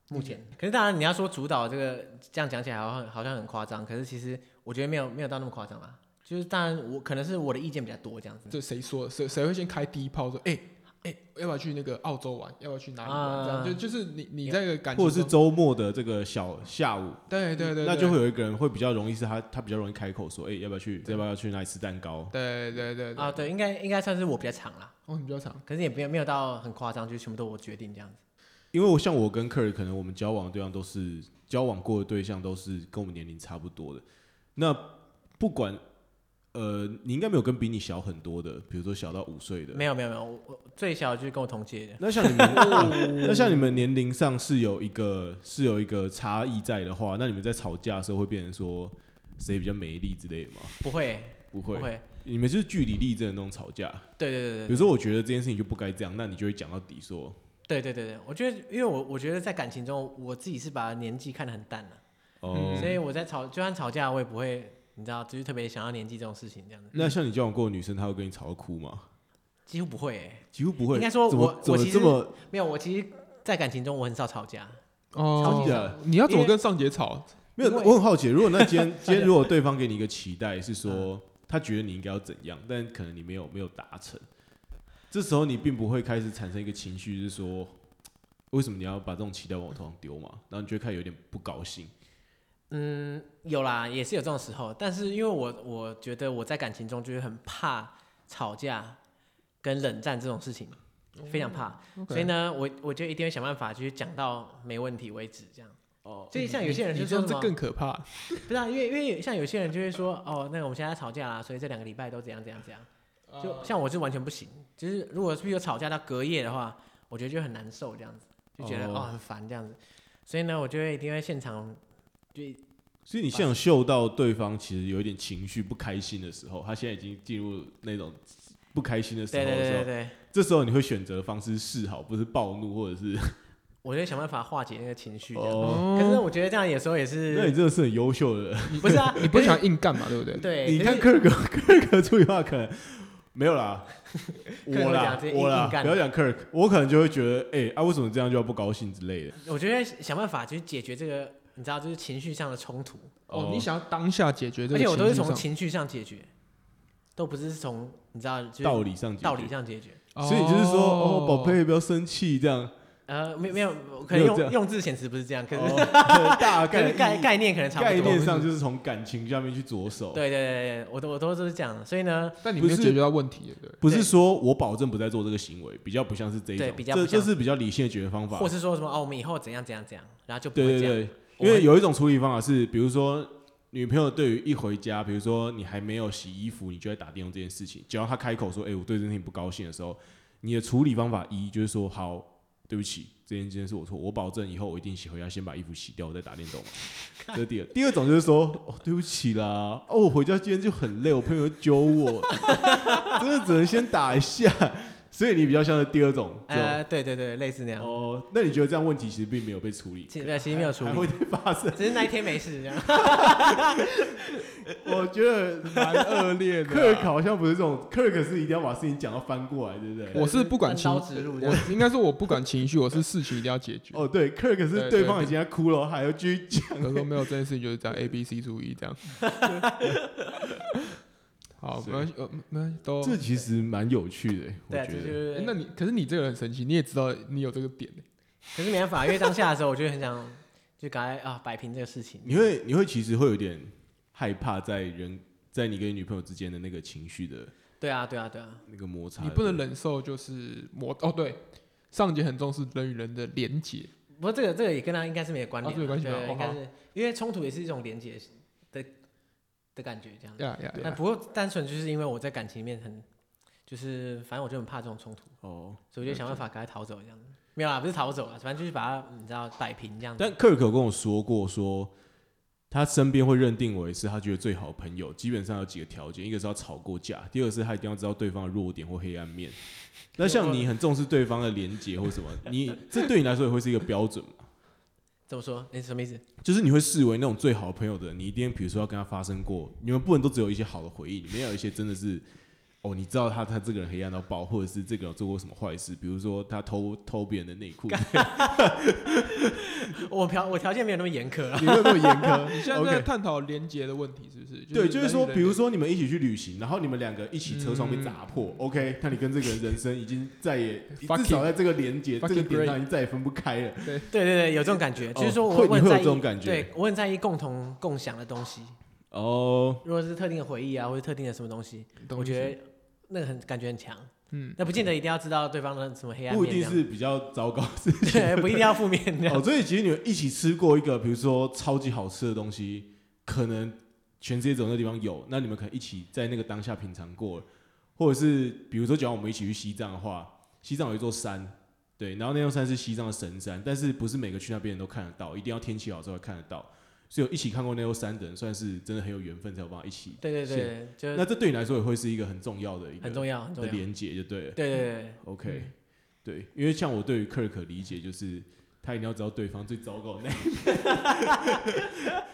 [SPEAKER 3] 目前。可是当然你要说主导这个，这样讲起来好像好像很夸张，可是其实我觉得没有没有到那么夸张啦。就是当然我可能是我的意见比较多这样子。
[SPEAKER 1] 这谁说的？谁谁会先开第一炮说，哎、哎、要不要去那个澳洲玩？要不要去哪里玩？这样
[SPEAKER 3] 啊
[SPEAKER 1] 就就是你你在一个感情
[SPEAKER 2] 或
[SPEAKER 1] 中，
[SPEAKER 2] 者是周末的这个小下午，
[SPEAKER 1] 对对对，
[SPEAKER 2] 那
[SPEAKER 1] 对
[SPEAKER 2] 就会有一个人会比较容易是他，他比较容易开口说，哎，要不要去，要不要去那里吃蛋糕？
[SPEAKER 1] 对对对对
[SPEAKER 3] 啊，对，应该应该算是我比较长啦，
[SPEAKER 1] 哦，你比较长，
[SPEAKER 3] 可是也没有没有到很夸张，就是全部都我决定这样子。
[SPEAKER 2] 因为我像我跟客人，可能我们交往的对象都是交往过的对象都是跟我们年龄差不多的。那不管呃，你应该没有跟比你小很多的，比如说小到五岁的。
[SPEAKER 3] 没有没有没有，我我最小就是跟我同届的。
[SPEAKER 2] 那像你们， 那像你们年龄上是有一个是有一个差异在的话，那你们在吵架的时候会变成说谁比较美丽之类的吗？
[SPEAKER 3] 不会，
[SPEAKER 2] 不
[SPEAKER 3] 不
[SPEAKER 2] 会，
[SPEAKER 3] 会，
[SPEAKER 2] 你们就是据理力争的那种吵架。
[SPEAKER 3] 对对对
[SPEAKER 2] 比如
[SPEAKER 3] 对
[SPEAKER 2] 说，我觉得这件事情就不该这样，那你就会讲到底说，
[SPEAKER 3] 对对对对，我觉得，因为我我觉得在感情中，我自己是把年纪看得很淡了、
[SPEAKER 1] 嗯
[SPEAKER 2] 哦，
[SPEAKER 3] 所以我在吵，就算吵架，我也不会，你知道，就是特别想要年纪这种事情这样子，
[SPEAKER 2] 那像你交往过的女生，她会跟你吵到哭吗？
[SPEAKER 3] 几乎不会、欸。
[SPEAKER 2] 几乎不会。
[SPEAKER 3] 应该说
[SPEAKER 2] 怎么
[SPEAKER 3] 我
[SPEAKER 2] 怎
[SPEAKER 3] 我
[SPEAKER 2] 么
[SPEAKER 3] 其
[SPEAKER 2] 这
[SPEAKER 3] 实
[SPEAKER 2] 么
[SPEAKER 3] 没有，我其实，在感情中我很少吵架，
[SPEAKER 1] 哦
[SPEAKER 2] 超级长
[SPEAKER 1] 你要怎么跟上节吵？
[SPEAKER 2] 没有？
[SPEAKER 3] 因为
[SPEAKER 2] 我很好奇，如果那今 天今天如果对方给你一个期待，是
[SPEAKER 3] 嗯
[SPEAKER 2] 说他觉得你应该要怎样，但可能你没有没有达成，这时候你并不会开始产生一个情绪，是说为什么你要把这种期待往我头上丢嘛？然后你就会开始有点不高兴。
[SPEAKER 3] 嗯，有啦，也是有这种时候，但是因为我我觉得我在感情中就是很怕吵架跟冷战这种事情，非常怕，
[SPEAKER 1] 嗯 OK
[SPEAKER 3] 所以呢，我我就一定会想办法，就是讲到没问题为止这样。
[SPEAKER 2] 哦，
[SPEAKER 3] 所以像有些人
[SPEAKER 1] 你
[SPEAKER 3] 就
[SPEAKER 1] 你这
[SPEAKER 3] 说
[SPEAKER 1] 样
[SPEAKER 3] 什
[SPEAKER 1] 这
[SPEAKER 3] 么
[SPEAKER 1] 更可怕。
[SPEAKER 3] 不是啊，因为因为像有些人就会说，哦，那个我们现在吵架啦，所以这两个礼拜都怎样怎样怎样。就
[SPEAKER 2] 呃
[SPEAKER 3] 像我就完全不行，就是如果是有吵架到隔夜的话，我觉得就很难受这样子，就觉得
[SPEAKER 2] 哦
[SPEAKER 3] 哦很烦这样子。所以呢，我就会一定会现场就
[SPEAKER 2] 所以你现场嗅到对方其实有一点情绪不开心的时候，他现在已经进入那种不开心的时候
[SPEAKER 3] 对对
[SPEAKER 2] 的时
[SPEAKER 3] 对
[SPEAKER 2] 候
[SPEAKER 3] 对，对，
[SPEAKER 2] 这时候你会选择的方式示好，不是暴怒或者是
[SPEAKER 3] 我就想办法化解那个情绪这样。
[SPEAKER 2] 哦。
[SPEAKER 1] 哦
[SPEAKER 3] 可是我觉得这样有时候也
[SPEAKER 2] 那你
[SPEAKER 3] 是
[SPEAKER 2] 真的是很优秀的人。
[SPEAKER 3] 不是啊？
[SPEAKER 1] 你不会想硬干嘛，对不对？
[SPEAKER 3] 对，
[SPEAKER 2] 你
[SPEAKER 3] 哎可
[SPEAKER 2] 看
[SPEAKER 3] 是
[SPEAKER 2] 克尔格， 克尔格出去的话，可能没有啦，
[SPEAKER 3] 克尔
[SPEAKER 2] 我
[SPEAKER 3] 格
[SPEAKER 2] 啦
[SPEAKER 3] 讲这，些
[SPEAKER 2] 我啦
[SPEAKER 3] 硬，干
[SPEAKER 2] 不要讲克尔格，我可能就会觉得，哎、啊，为什么这样就要不高兴之类的？
[SPEAKER 3] 我觉得想办法去解决这个，你知道，就是情绪上的冲突，
[SPEAKER 1] 哦，你想要当下解决这个
[SPEAKER 3] 而
[SPEAKER 1] 情
[SPEAKER 3] 且
[SPEAKER 1] 绪上，
[SPEAKER 3] 我都是从情绪上解决，都不是从你知道就是
[SPEAKER 2] 道理上解决
[SPEAKER 3] 道理上解决。
[SPEAKER 2] 所以就是说，哦，宝贝，不要生气，这样，
[SPEAKER 3] 呃，没没有，可
[SPEAKER 2] 没
[SPEAKER 3] 能
[SPEAKER 2] 有这
[SPEAKER 3] 用
[SPEAKER 2] 样
[SPEAKER 3] 用字遣词不是这样，可是、
[SPEAKER 2] 哦 大
[SPEAKER 3] 可
[SPEAKER 2] 概
[SPEAKER 3] 是概
[SPEAKER 2] 意义
[SPEAKER 3] 概念可能差不
[SPEAKER 2] 概
[SPEAKER 3] 多。
[SPEAKER 2] 念上就是从感情下面去着手，
[SPEAKER 3] 对对对对，我都我都是这样的，所以呢，
[SPEAKER 1] 但你
[SPEAKER 2] 不
[SPEAKER 1] 没有
[SPEAKER 2] 是
[SPEAKER 1] 解决到问题，对不对？
[SPEAKER 2] 不是
[SPEAKER 3] 对
[SPEAKER 2] 说我保证不再做这个行为，比较不像是这一
[SPEAKER 3] 对
[SPEAKER 2] 种，
[SPEAKER 3] 比较
[SPEAKER 2] 这
[SPEAKER 3] 不像
[SPEAKER 2] 这是比较理性的解决方法
[SPEAKER 3] 或。是说什么哦，我们以后怎样怎样怎样，然后就不
[SPEAKER 2] 对
[SPEAKER 3] 会
[SPEAKER 2] 对
[SPEAKER 3] 这样。
[SPEAKER 2] 对，
[SPEAKER 3] 我
[SPEAKER 2] 因为
[SPEAKER 3] 们
[SPEAKER 2] 有一种处理方法是，比如说女朋友对于一回家，比如说你还没有洗衣服，你就在打电动这件事情，只要她开口说“哎、我对这件事情不高兴”的时候，你的处理方法一就是说“好，对不起，这件这件事我错，我保证以后我一定洗回家先把衣服洗掉，我再打 电动”。这是第二，第二种就是说“哦，对不起啦，哦，我回家今天就很累，我朋友揪 我，真的只能先打一下。”所以你比较像是第二种，这种
[SPEAKER 3] 呃，对对对，类似那样，
[SPEAKER 2] 哦，那你觉得这样问题其实并没有被处理？
[SPEAKER 3] 其实其实没有处
[SPEAKER 2] 还
[SPEAKER 3] 理，
[SPEAKER 2] 会再发生，
[SPEAKER 3] 只是那一天没事这样。
[SPEAKER 2] 我觉得
[SPEAKER 1] 蛮恶劣的啊。
[SPEAKER 2] 克 好像不是这种，克可是一定要把事情讲到翻过来，对不对？
[SPEAKER 1] 我是不管情，
[SPEAKER 3] 单刀直入这
[SPEAKER 1] 我应该说我不管情绪，我是事情一定要解决。
[SPEAKER 2] 哦，对，克可是
[SPEAKER 1] 对
[SPEAKER 2] 对
[SPEAKER 1] 对
[SPEAKER 2] 方已
[SPEAKER 1] 对
[SPEAKER 2] 经在哭了，还要继续讲。
[SPEAKER 1] 他说没有这件事情就是这样，A B C 注意 这样。好，
[SPEAKER 2] 是
[SPEAKER 1] 没关系，呃，没关系，都。
[SPEAKER 2] 这其实蛮有趣的，我
[SPEAKER 3] 对啊，这
[SPEAKER 2] 觉
[SPEAKER 3] 就
[SPEAKER 2] 得。
[SPEAKER 3] 是
[SPEAKER 1] 那你可是你这个人很神奇，你也知道你有这个点欸，
[SPEAKER 3] 可是没办法，因为当下的时候，我就很想就赶快啊摆平这个事情。
[SPEAKER 2] 你会你会其实会有点害怕在人在你跟你女朋友之间的那个情绪的
[SPEAKER 3] 对啊对啊对啊，
[SPEAKER 2] 那个摩擦，
[SPEAKER 1] 你不能忍受就是磨哦，对，上节很重视人与人的连结，
[SPEAKER 3] 不过这个这个也跟他应该是没有关联
[SPEAKER 1] 啊这
[SPEAKER 3] 啊，
[SPEAKER 1] 有关系吗
[SPEAKER 3] 对，
[SPEAKER 1] 哦
[SPEAKER 3] 应该
[SPEAKER 1] 好
[SPEAKER 3] 是因为冲突也是一种连接的的感觉
[SPEAKER 2] 嗯
[SPEAKER 3] 这样。
[SPEAKER 1] 呀呀
[SPEAKER 3] 但
[SPEAKER 1] 呀，
[SPEAKER 3] 不过单纯就是因为我在感情里面很，就是反正我就很怕这种冲突，
[SPEAKER 2] 哦。
[SPEAKER 3] 所以我就想办法赶快逃走这样子。没有啦，不是逃走啊，反正就是把它你知道摆平这样子。
[SPEAKER 2] 但克尔有跟我说过说。他身边会认定为是他觉得最好的朋友，基本上有几个条件：一个是要吵过架，第二个是他一定要知道对方的弱点或黑暗 面。那像你很重视对方的连结或什么， 你这对你来说也会是一个标准嘛？
[SPEAKER 3] 怎么说？你、什么意思？
[SPEAKER 2] 就是你会视为那种最好的朋友的人，你一定比如说要跟他发生过，你们不能都只有一些好的回忆，你们要有一些真的是，哦，你知道他他这个人黑暗到爆，或者是这个人有做过什么坏事，比如说他偷偷别人的 内裤，
[SPEAKER 3] 我条我条件没有那么严苛啊。
[SPEAKER 2] 你没有那么严苛。
[SPEAKER 1] 你现在在
[SPEAKER 2] OK
[SPEAKER 1] 探讨连结的问题是不是？
[SPEAKER 2] 对，就是说，
[SPEAKER 1] 人与人
[SPEAKER 2] 比如说你们一起去旅行，然后你们两个一起车窗被
[SPEAKER 1] 嗯
[SPEAKER 2] 砸破、o k 那你跟这个人人生已经再也
[SPEAKER 1] Fucking-
[SPEAKER 2] 至少在这个连接这
[SPEAKER 1] fucking
[SPEAKER 2] 个点上已经再也分不开了。
[SPEAKER 3] 对对对，有这种感觉，就是说
[SPEAKER 2] 哦
[SPEAKER 3] 我
[SPEAKER 2] 会
[SPEAKER 3] 我很
[SPEAKER 2] 你会有
[SPEAKER 3] 在意，
[SPEAKER 2] 这种感觉
[SPEAKER 3] 对我很在意共同共享的东西。
[SPEAKER 2] 哦，
[SPEAKER 3] 如果是特定的回忆啊，或者特定的什么东西，
[SPEAKER 1] 东西
[SPEAKER 3] 我觉得那个很感觉很强。
[SPEAKER 1] 嗯，
[SPEAKER 3] 那不见得一定要知道对方的什么黑暗
[SPEAKER 2] 不
[SPEAKER 3] 面
[SPEAKER 2] 一
[SPEAKER 3] 这
[SPEAKER 2] 定
[SPEAKER 3] 样，
[SPEAKER 2] 是比较糟糕的事情，
[SPEAKER 3] 对，不一定要负面这样。
[SPEAKER 2] 哦，所以其实你们一起吃过一个，比如说超级好吃的东西，可能全世界只有那地方有，那你们可能一起在那个当下品尝过，或者是比如说，假如我们一起去西藏的话，西藏有一座山，对，然后那座山是西藏的神山，但是不是每个去那边人都看得到，一定要天气好之后才看得到，所以有一起看过那座山的人，算是真的很有缘分才有办法一起。
[SPEAKER 3] 对对
[SPEAKER 2] 是，
[SPEAKER 3] 对，就是
[SPEAKER 2] 那这对你来说也会是一个很重要的一个
[SPEAKER 3] 很重要，很重
[SPEAKER 2] 的
[SPEAKER 3] 要。对
[SPEAKER 2] 连接，就对了。
[SPEAKER 3] 对对
[SPEAKER 2] OK，、
[SPEAKER 1] 嗯
[SPEAKER 2] 对，因为像我对于 Kirk 理解就是，他一定要知道对方最糟糕的那 一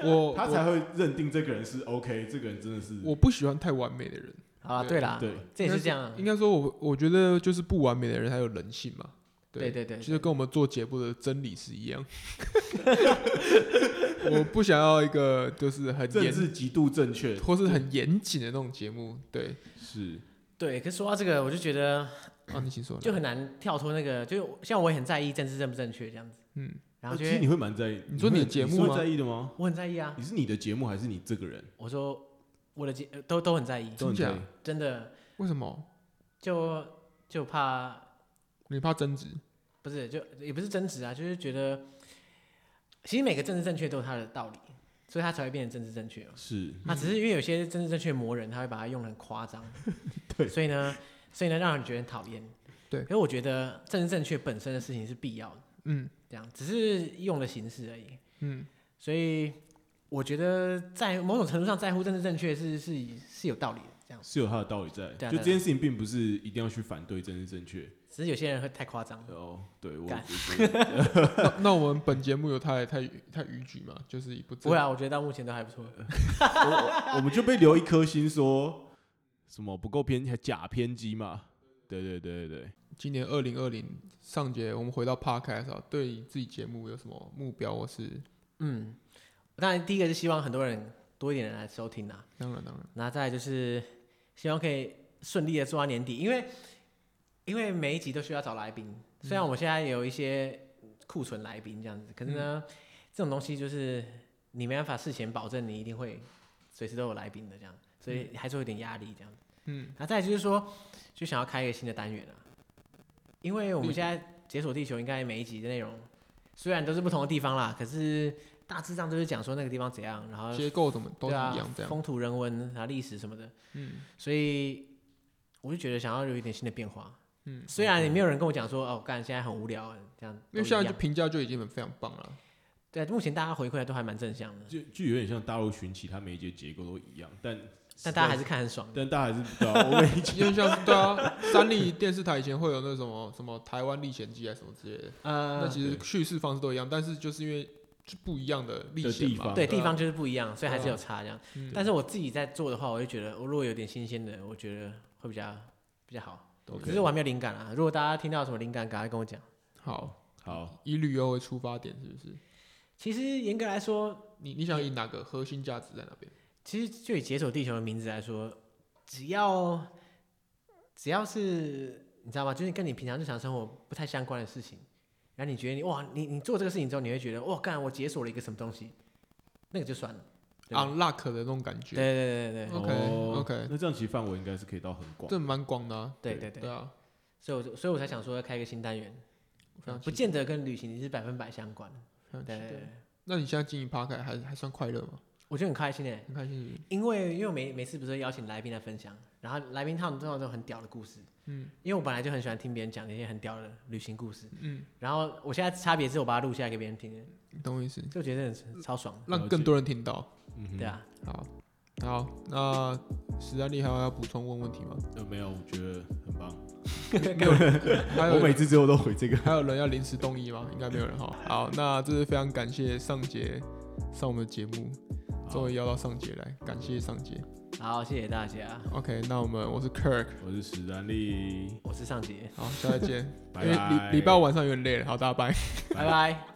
[SPEAKER 1] 我
[SPEAKER 2] 面，他才会认定这个人是 OK，这个人真的是
[SPEAKER 1] 哦我不喜欢太完美的人，
[SPEAKER 3] 好了，
[SPEAKER 1] 对
[SPEAKER 3] 对啦，
[SPEAKER 2] 对
[SPEAKER 3] 这也是这样
[SPEAKER 2] 嗯
[SPEAKER 3] 啊。
[SPEAKER 1] 应该说我我觉得就是不完美的人才有人性嘛，
[SPEAKER 3] 对对对，
[SPEAKER 1] 就是跟我们做节目的真理是一 样。我不想要一个就是很
[SPEAKER 2] 政
[SPEAKER 1] 严
[SPEAKER 2] 治极度正确，
[SPEAKER 1] 或是很严谨的那种节目。对，
[SPEAKER 2] 是
[SPEAKER 3] 对。可是说到这个，我就觉得
[SPEAKER 1] 啊，你请说。
[SPEAKER 3] 就很难跳脱那个，就像我也很在意政治正不正确这样子，
[SPEAKER 1] 嗯，
[SPEAKER 3] 然后
[SPEAKER 2] 哎其
[SPEAKER 3] 就
[SPEAKER 2] 实
[SPEAKER 3] 会
[SPEAKER 2] 你会蛮在意，
[SPEAKER 1] 你说你的
[SPEAKER 2] 会
[SPEAKER 1] 节目
[SPEAKER 2] 是会
[SPEAKER 1] 吗
[SPEAKER 2] 在意的吗？
[SPEAKER 3] 我很在意啊。
[SPEAKER 2] 你是你的节目还是你这个人？
[SPEAKER 3] 我说我的节呃都都很在意，
[SPEAKER 2] 都很
[SPEAKER 1] 真
[SPEAKER 2] 在
[SPEAKER 1] 假
[SPEAKER 2] 意。
[SPEAKER 3] 真的
[SPEAKER 1] 为什么？
[SPEAKER 3] 就就怕
[SPEAKER 1] 你怕争执？
[SPEAKER 3] 不是就也不是争执啊，就是觉得其实每个政治正确都有它的道理，所以它才会变成政治正 确嘛。
[SPEAKER 2] 是，
[SPEAKER 3] 他只是因为有些政治正确磨人，他会把它用的很夸张
[SPEAKER 2] 对
[SPEAKER 3] 所以呢，所以呢，让人觉得很讨厌。
[SPEAKER 1] 对
[SPEAKER 3] 因为我觉得政治正确本身的事情是必要的，
[SPEAKER 1] 嗯
[SPEAKER 3] 这样只是用的形式而已。
[SPEAKER 1] 嗯，
[SPEAKER 3] 所以我觉得在某种程度上在乎政治正确是是是有道理的，这样
[SPEAKER 2] 是有他的道理在，
[SPEAKER 3] 对
[SPEAKER 2] 就
[SPEAKER 3] 啊对啊
[SPEAKER 2] 这件事情并不是一定要去反对政治正确。
[SPEAKER 3] 只是有些人会太夸张。
[SPEAKER 2] 哦，对我
[SPEAKER 3] 干
[SPEAKER 2] 我觉得
[SPEAKER 1] 那那我们本节目有太太太逾矩嘛？就是不
[SPEAKER 3] 不会啊，我觉得到目前都还不错。
[SPEAKER 2] 我我们就被留一颗心说什么不够偏假偏激嘛？对对对对对。
[SPEAKER 1] 今年二零二零上节，我们回到 podcast 啊，对你自己节目有什么目标？或是
[SPEAKER 3] 嗯，当然第一个是希望很多人多一点人来收听啊，
[SPEAKER 1] 当然当然，
[SPEAKER 3] 然后再来就是希望可以顺利的做到年底，因为因为每一集都需要找来宾，虽然我们现在有一些库存来宾这样子，可是呢，这种东西就是你没办法事前保证你一定会随时都有来宾的这样，所以还是会有点压力这样。
[SPEAKER 1] 嗯，
[SPEAKER 3] 那再来就是说，就想要开一个新的单元啊，因为
[SPEAKER 1] 嗯
[SPEAKER 3] 我们现在解锁地球应该每一集的内容虽然都是不同的地方啦，可是大致上都是讲说那个地方怎样，然后
[SPEAKER 1] 结构怎么都是
[SPEAKER 3] 嗯对
[SPEAKER 1] 一
[SPEAKER 3] 啊
[SPEAKER 1] 样这样，
[SPEAKER 3] 风土人文啊、历史什么的，
[SPEAKER 1] 嗯
[SPEAKER 3] 所以我就觉得想要有一点新的变化。
[SPEAKER 1] 嗯，
[SPEAKER 3] 虽然也没有人跟我讲说哦，干现在很无聊这样，
[SPEAKER 1] 因为
[SPEAKER 3] 都一
[SPEAKER 1] 现在就
[SPEAKER 3] 样
[SPEAKER 1] 评价就已经很非常棒了，
[SPEAKER 3] 对，目前大家回馈都还蛮正向的，
[SPEAKER 2] 就就有点像大陆寻奇，它每一节结构都一样，但
[SPEAKER 3] 但大家还是看很爽。
[SPEAKER 2] 但大家还是不啊知道，我 们
[SPEAKER 1] 因为像对啊，三立电视台以前会有那什么什么台湾历险记啊什么之类的，那
[SPEAKER 3] 呃，
[SPEAKER 1] 其实叙事方式都一样，但是就是因为就不一样的历
[SPEAKER 2] 的
[SPEAKER 1] 险
[SPEAKER 2] 地
[SPEAKER 1] 嘛，
[SPEAKER 2] 方
[SPEAKER 3] 对，
[SPEAKER 1] 啊
[SPEAKER 3] 地方就是不一样，所以还是
[SPEAKER 1] 对啊
[SPEAKER 3] 有差这样。
[SPEAKER 1] 嗯
[SPEAKER 3] 但是我自己在做的话，我就觉得我如果有点新鲜的，我觉得会比较比较好。
[SPEAKER 2] OK
[SPEAKER 3] 可是我还没有灵感啊，如果大家听到有什么灵感，赶快跟我讲。
[SPEAKER 1] 好，
[SPEAKER 2] 好，
[SPEAKER 1] 以旅游为出发点是不是？
[SPEAKER 3] 其实严格来说，
[SPEAKER 1] 你你想以哪个核心价值在哪边？
[SPEAKER 3] 其实就以解锁地球的名字来说，只要只要是你知道吗？就是跟你平常日常生活不太相关的事情，然后你觉得你哇，你你做这个事情之后，你会觉得哇，干，我解锁了一个什么东西，那个就算了。对
[SPEAKER 1] unlock 啊的那种感
[SPEAKER 3] 对
[SPEAKER 1] 觉，
[SPEAKER 3] 对对对
[SPEAKER 1] OK，
[SPEAKER 2] 哦
[SPEAKER 1] OK
[SPEAKER 2] 那这样其实范围应该是可以到很广。
[SPEAKER 1] 这蛮广的、啊，
[SPEAKER 3] 对对对
[SPEAKER 1] 对
[SPEAKER 3] 对，
[SPEAKER 1] 啊，
[SPEAKER 3] 所以我就所以我才想说要开一个新单元，
[SPEAKER 1] 非常期
[SPEAKER 3] 不见得跟旅行是百分百相关。
[SPEAKER 1] 非常期
[SPEAKER 3] 对对，
[SPEAKER 1] 待
[SPEAKER 3] 对
[SPEAKER 1] 那你现在经营 p a r k 还还算快乐吗？
[SPEAKER 3] 我觉得很开心诶，
[SPEAKER 1] 很开心是不是，
[SPEAKER 3] 因为因为我每每次不是会邀请来宾来分享，然后来宾他们通常都有很屌的故事，
[SPEAKER 1] 嗯
[SPEAKER 3] 因为我本来就很喜欢听别人讲那些很屌的旅行故事，
[SPEAKER 1] 嗯，
[SPEAKER 3] 然后我现在差别是我把它录下来给别人听，
[SPEAKER 1] 你懂我意思，
[SPEAKER 3] 所以我觉得很超爽的，
[SPEAKER 1] 让更多人听到。
[SPEAKER 2] 嗯哼
[SPEAKER 3] 对，啊，
[SPEAKER 1] 好，好，那史丹利还有要补充问问 题吗？
[SPEAKER 2] 呃，没有，我觉得很棒。
[SPEAKER 1] 还有
[SPEAKER 2] 我每次之后都回这个。
[SPEAKER 1] 还有人要临时动议吗？应该没有人哈。好，那这是非常感谢上节上我们的节目，终于邀到上节来，感谢上节。
[SPEAKER 3] 好，谢谢大家，
[SPEAKER 1] OK，那我们我是 Kirk，
[SPEAKER 2] 好我是史丹利，
[SPEAKER 3] 我是尚杰，
[SPEAKER 1] 好，下次见。
[SPEAKER 2] 拜
[SPEAKER 1] 因为
[SPEAKER 2] 拜。
[SPEAKER 1] 礼礼拜五晚上有点累了，好，大家拜。
[SPEAKER 3] 拜拜。